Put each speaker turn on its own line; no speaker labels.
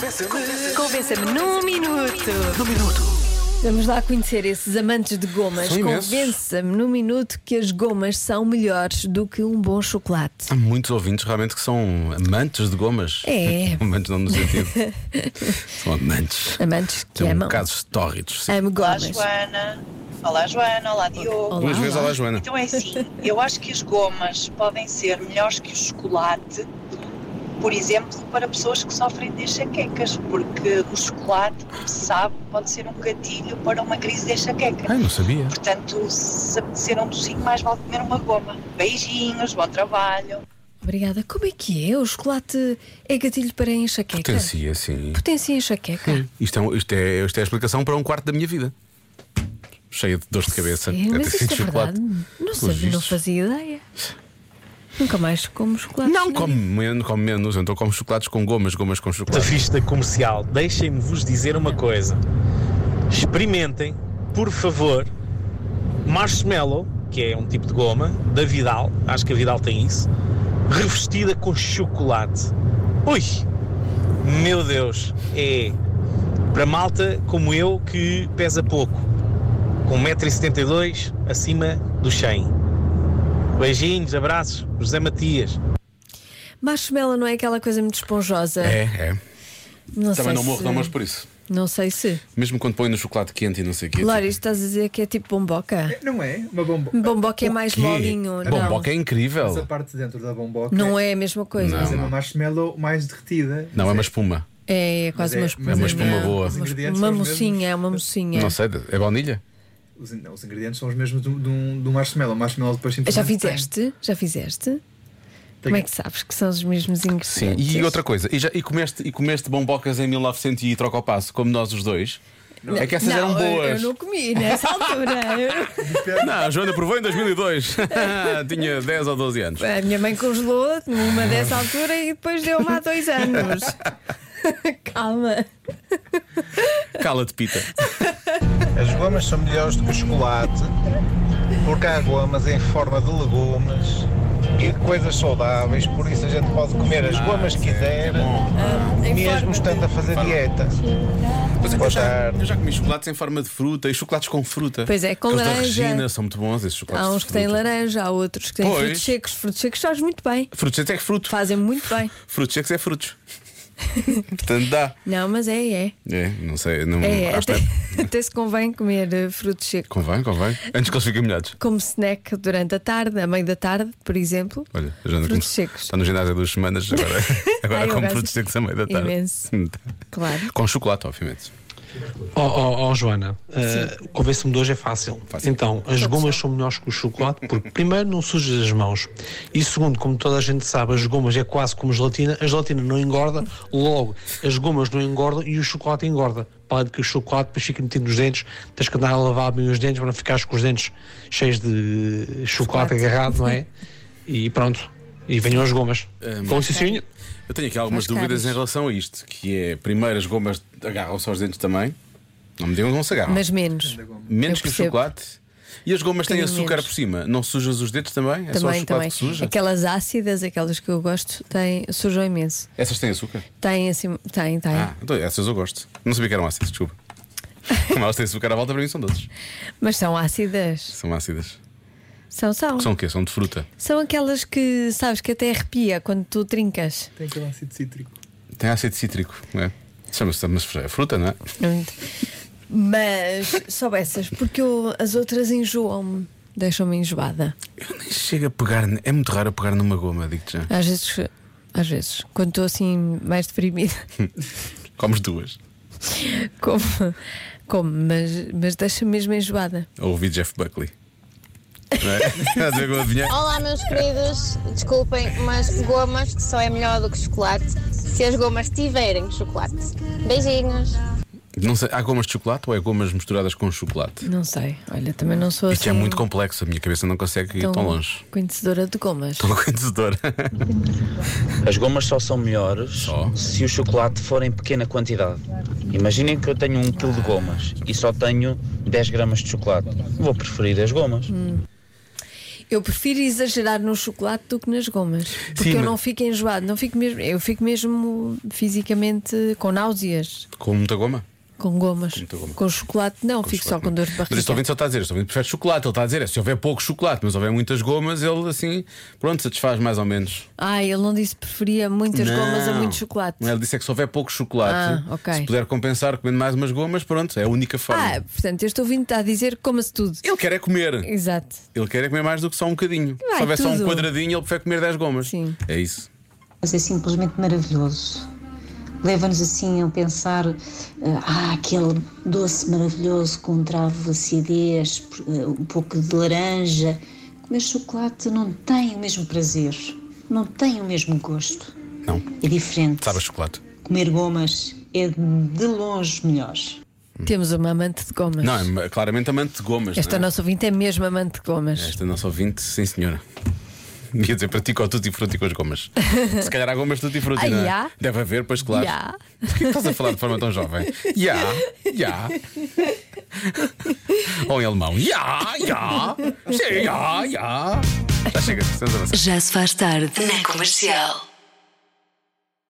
Convença-me.
Convença-me num minuto.
Num minuto.
Vamos lá conhecer esses amantes de gomas.
São imensos.
Convença-me num minuto que as gomas são melhores do que um bom chocolate.
Há muitos ouvintes realmente que são amantes de gomas.
É.
amantes não no sentido. são amantes.
Amantes que
São
amam.
casos tórridos. sim.
Amo
Olá,
gomas.
Joana. Olá, Joana. Olá, Diogo.
Olá,
Duas vezes
olá.
olá, Joana.
Então é assim, eu acho que as gomas podem ser melhores que o chocolate, por exemplo, para pessoas que sofrem de enxaquecas, porque o chocolate, como se sabe, pode ser um gatilho para uma crise de enxaqueca.
Ai, não
É
sabia.
Portanto, se apetecer um docinho, mais vale comer uma goma. Beijinhos, bom trabalho.
Obrigada. Como é que é? O chocolate é gatilho para enxaqueca?
Potencia, sim.
Potencia enxaqueca.
Isto é, um- isto, é, isto é a explicação para um quarto da minha vida. Cheia de dores de cabeça.
Sim,
É
mas
ter sido
isto é verdade. Não,
Pelos
sabia, não
vistos.
fazia ideia. Nunca mais como chocolate.
Não, come menos, come menos. Então como chocolates com gomas, gomas com
da
chocolate.
vista comercial, deixem-me vos dizer uma coisa. Experimentem, por favor, marshmallow, que é um tipo de goma, da Vidal, acho que a Vidal tem isso, revestida com chocolate. Ui! Meu Deus! É para malta como eu que pesa pouco, com 1,72m acima do 100. Beijinhos, abraços, José Matias.
Marshmallow não é aquela coisa muito esponjosa.
É, é.
Não sei
Também não morro
se...
de gomas por isso.
Não sei se.
Mesmo quando põe no chocolate quente e tipo não sei o quê.
Lóris, estás a dizer que é tipo bomboca?
Não é? Uma bomboca.
Bomboca é mais
Quê?
molinho,
A
não.
Bomboca é
Essa
incrível.
parte de dentro da bomboca
Não é a mesma coisa.
Mas é uma marshmallow mais derretida.
Não, é uma espuma.
É, é quase
Mas é-
uma
mas
espuma.
é uma
espuma boa.
Os
Uma, espuma-
ingredientes
uma
são os
mocinha, é uma mocinha.
Não sei, é baunilha?
Os, in- não, os ingredientes são os mesmos do, do, do um marshmallow. O marshmallow depois simplesmente.
Já fizeste? Já fizeste?
Tem,
Como é que sabes que são os mesmos ingredientes?
Sim, e outra coisa, e, já, e, comeste, e comeste bombocas em 1900 e troca ao passo, como nós os dois? É que essas
não,
eram
eu- Eu,
boas.
não comi nessa altura. Eu-
não... a Joana provou em 2002. Tinha 10 ou 12 anos.
A minha mãe congelou numa dessa altura e depois deu-me há dois anos. Calma.
Cala-te, Pita.
As gomas são melhores do que o chocolate, porque há gomas em forma de legumes e de coisas saudáveis, por isso a gente pode comer as gomas que quiser, mesmo estando a fazer dieta.
Mas é que eu,
Boa
já,
tarde.
eu já comi chocolates em forma de fruta e chocolates com fruta.
Pois é, com
Aqueles
laranja.
da Regina são muito bons esses chocolates.
Há uns
de
que têm
fruta.
laranja, há outros que têm
Pois.
frutos secos. Frutos secos faz muito bem.
Frutos secos é que fruto.
Fazem muito bem.
Frutos secos é frutos. Portanto, dá.
Não, mas é, é.
É, não sei, não
É, é.
acho que
Até, até se convém comer eh, frutos secos.
Convém, convém. Antes que eles fiquem molhados.
Como snack durante a tarde, a meio da tarde, por exemplo.
Olha, a Joana
Frutos
come-
secos.
Está no ginásio há duas semanas, agora,
Ai,
agora
eu
come
gosto
frutos secos à meia da tarde. Hum.
imenso. Claro.
Com chocolate, obviamente.
Oh, oh, oh, Joana, uh, convence-me de hoje é fácil. Então, as gomas são melhores que o chocolate porque, primeiro, não sujas as mãos e, segundo, como toda a gente sabe, as gomas é quase como gelatina. A gelatina não engorda, logo, as gomas não engordam e o chocolate engorda. Para além de que o chocolate depois fica metido nos dentes, tens que andar a lavar bem os dentes para não ficares com os dentes cheios de chocolate, agarrado, não é? E pronto, e venham as gomas. com licencinha.
Eu tenho aqui algumas
Faz
dúvidas
caras.
em relação a isto, que é primeiro as gomas agarram-se aos dentes também. Não me digam que não se agarram.
Mas menos.
menos
eu
que o
percebo.
chocolate. E as gomas têm
Bocadinho
açúcar
menos.
por cima. Não sujas os dedos também? É só o
também,
chocolate
também.
que suja?
Aquelas ácidas, aquelas que eu gosto, têm, sujam imenso.
Essas têm açúcar?
Têm assim. Têm, têm.
Ah, então essas eu gosto. Não sabia que eram ácidas, desculpa. Como elas têm açúcar à volta, para mim são doces.
Mas são ácidas.
São ácidas.
São, são.
São o quê? São de fruta.
São aquelas que, sabes, que até arrepia quando tu trincas.
tem aquele ácido cítrico.
Tem ácido cítrico, não é? Chama-se mas é fruta, não é?
Mas só essas, porque eu- as outras enjoam-me. Deixam-me enjoada.
Eu nem chego a pegar. ne- É muito raro eu pegar numa goma, digo-te já.
Às vezes, às vezes, quando estou assim mais deprimida,
Comes duas.
como, como mas, mas deixa me mesmo enjoada.
Eu Ouvi Jeff Buckley. Não é? Estás a ver como eu adivinhei?
Olá, meus queridos. Desculpem, mas gomas só é melhor do que chocolate se as gomas tiverem chocolate. Beijinhos.
Não sei, há gomas de chocolate ou é gomas misturadas com chocolate?
Não sei, olha, também não Então- sou
Isto
assim.
é muito complexo, a minha cabeça não consegue ir tão longe.
Conhecedora de gomas.
Tão conhecedora.
As gomas só são melhores
Só?
se o chocolate for em pequena quantidade. Imaginem que eu tenho um quilo de gomas e só tenho 10 gramas de chocolate. Vou preferir as gomas.
Eu prefiro exagerar no chocolate do que nas gomas. Porque
Sim,
eu
mas-
não fico enjoado, não fico mesmo, eu fico mesmo fisicamente com náuseas,
Com muita goma?
com gomas.
muita goma.
Com chocolate, não, fico só com dor de
Mas este
barriga.
ouvinte só está a dizer, este ouvinte prefere chocolate, ele está a dizer, é, se houver pouco chocolate, mas houver muitas gomas, ele assim, pronto, satisfaz mais ou menos.
Ah, ele não disse que preferia muitas
Não.
gomas a muito chocolate.
Ele disse é que se houver pouco chocolate,
Ah, ok.
se puder compensar comendo mais umas gomas, pronto, é a única forma.
Ah, portanto, este ouvinte está a dizer coma-se tudo.
Ele quer é comer.
Exato.
Ele quer é comer mais do que só um bocadinho.
Vai,
se houver só um
é tudo.
quadradinho, ele prefere comer 10 gomas.
Sim.
É isso.
Mas é simplesmente maravilhoso. Leva-nos assim a pensar, eh, ah, aquele doce maravilhoso com um travo de acidez, p- eh, um pouco de laranja. Comer chocolate não tem o mesmo prazer, não tem o mesmo gosto.
Não.
É diferente.
Sabe a chocolate.
Comer gomas é de longe melhor.
Temos uma amante de gomas.
Não, é claramente amante de gomas.
Esta
não é?
nossa ouvinte é mesmo amante de gomas.
Esta nossa ouvinte, sim senhora. Ia dizer, pratica o tutti frutti com as gomas. Se calhar há gomas tutti frutti,
Ah,
não é?
já?
Deve haver, pois claro.
Já.
Por que estás a falar de forma tão jovem? Ya, ya. Ou em alemão. Ya, ya. Sim, Ya, ya. Já chega, estamos a avançar.
Já se faz tarde na comercial.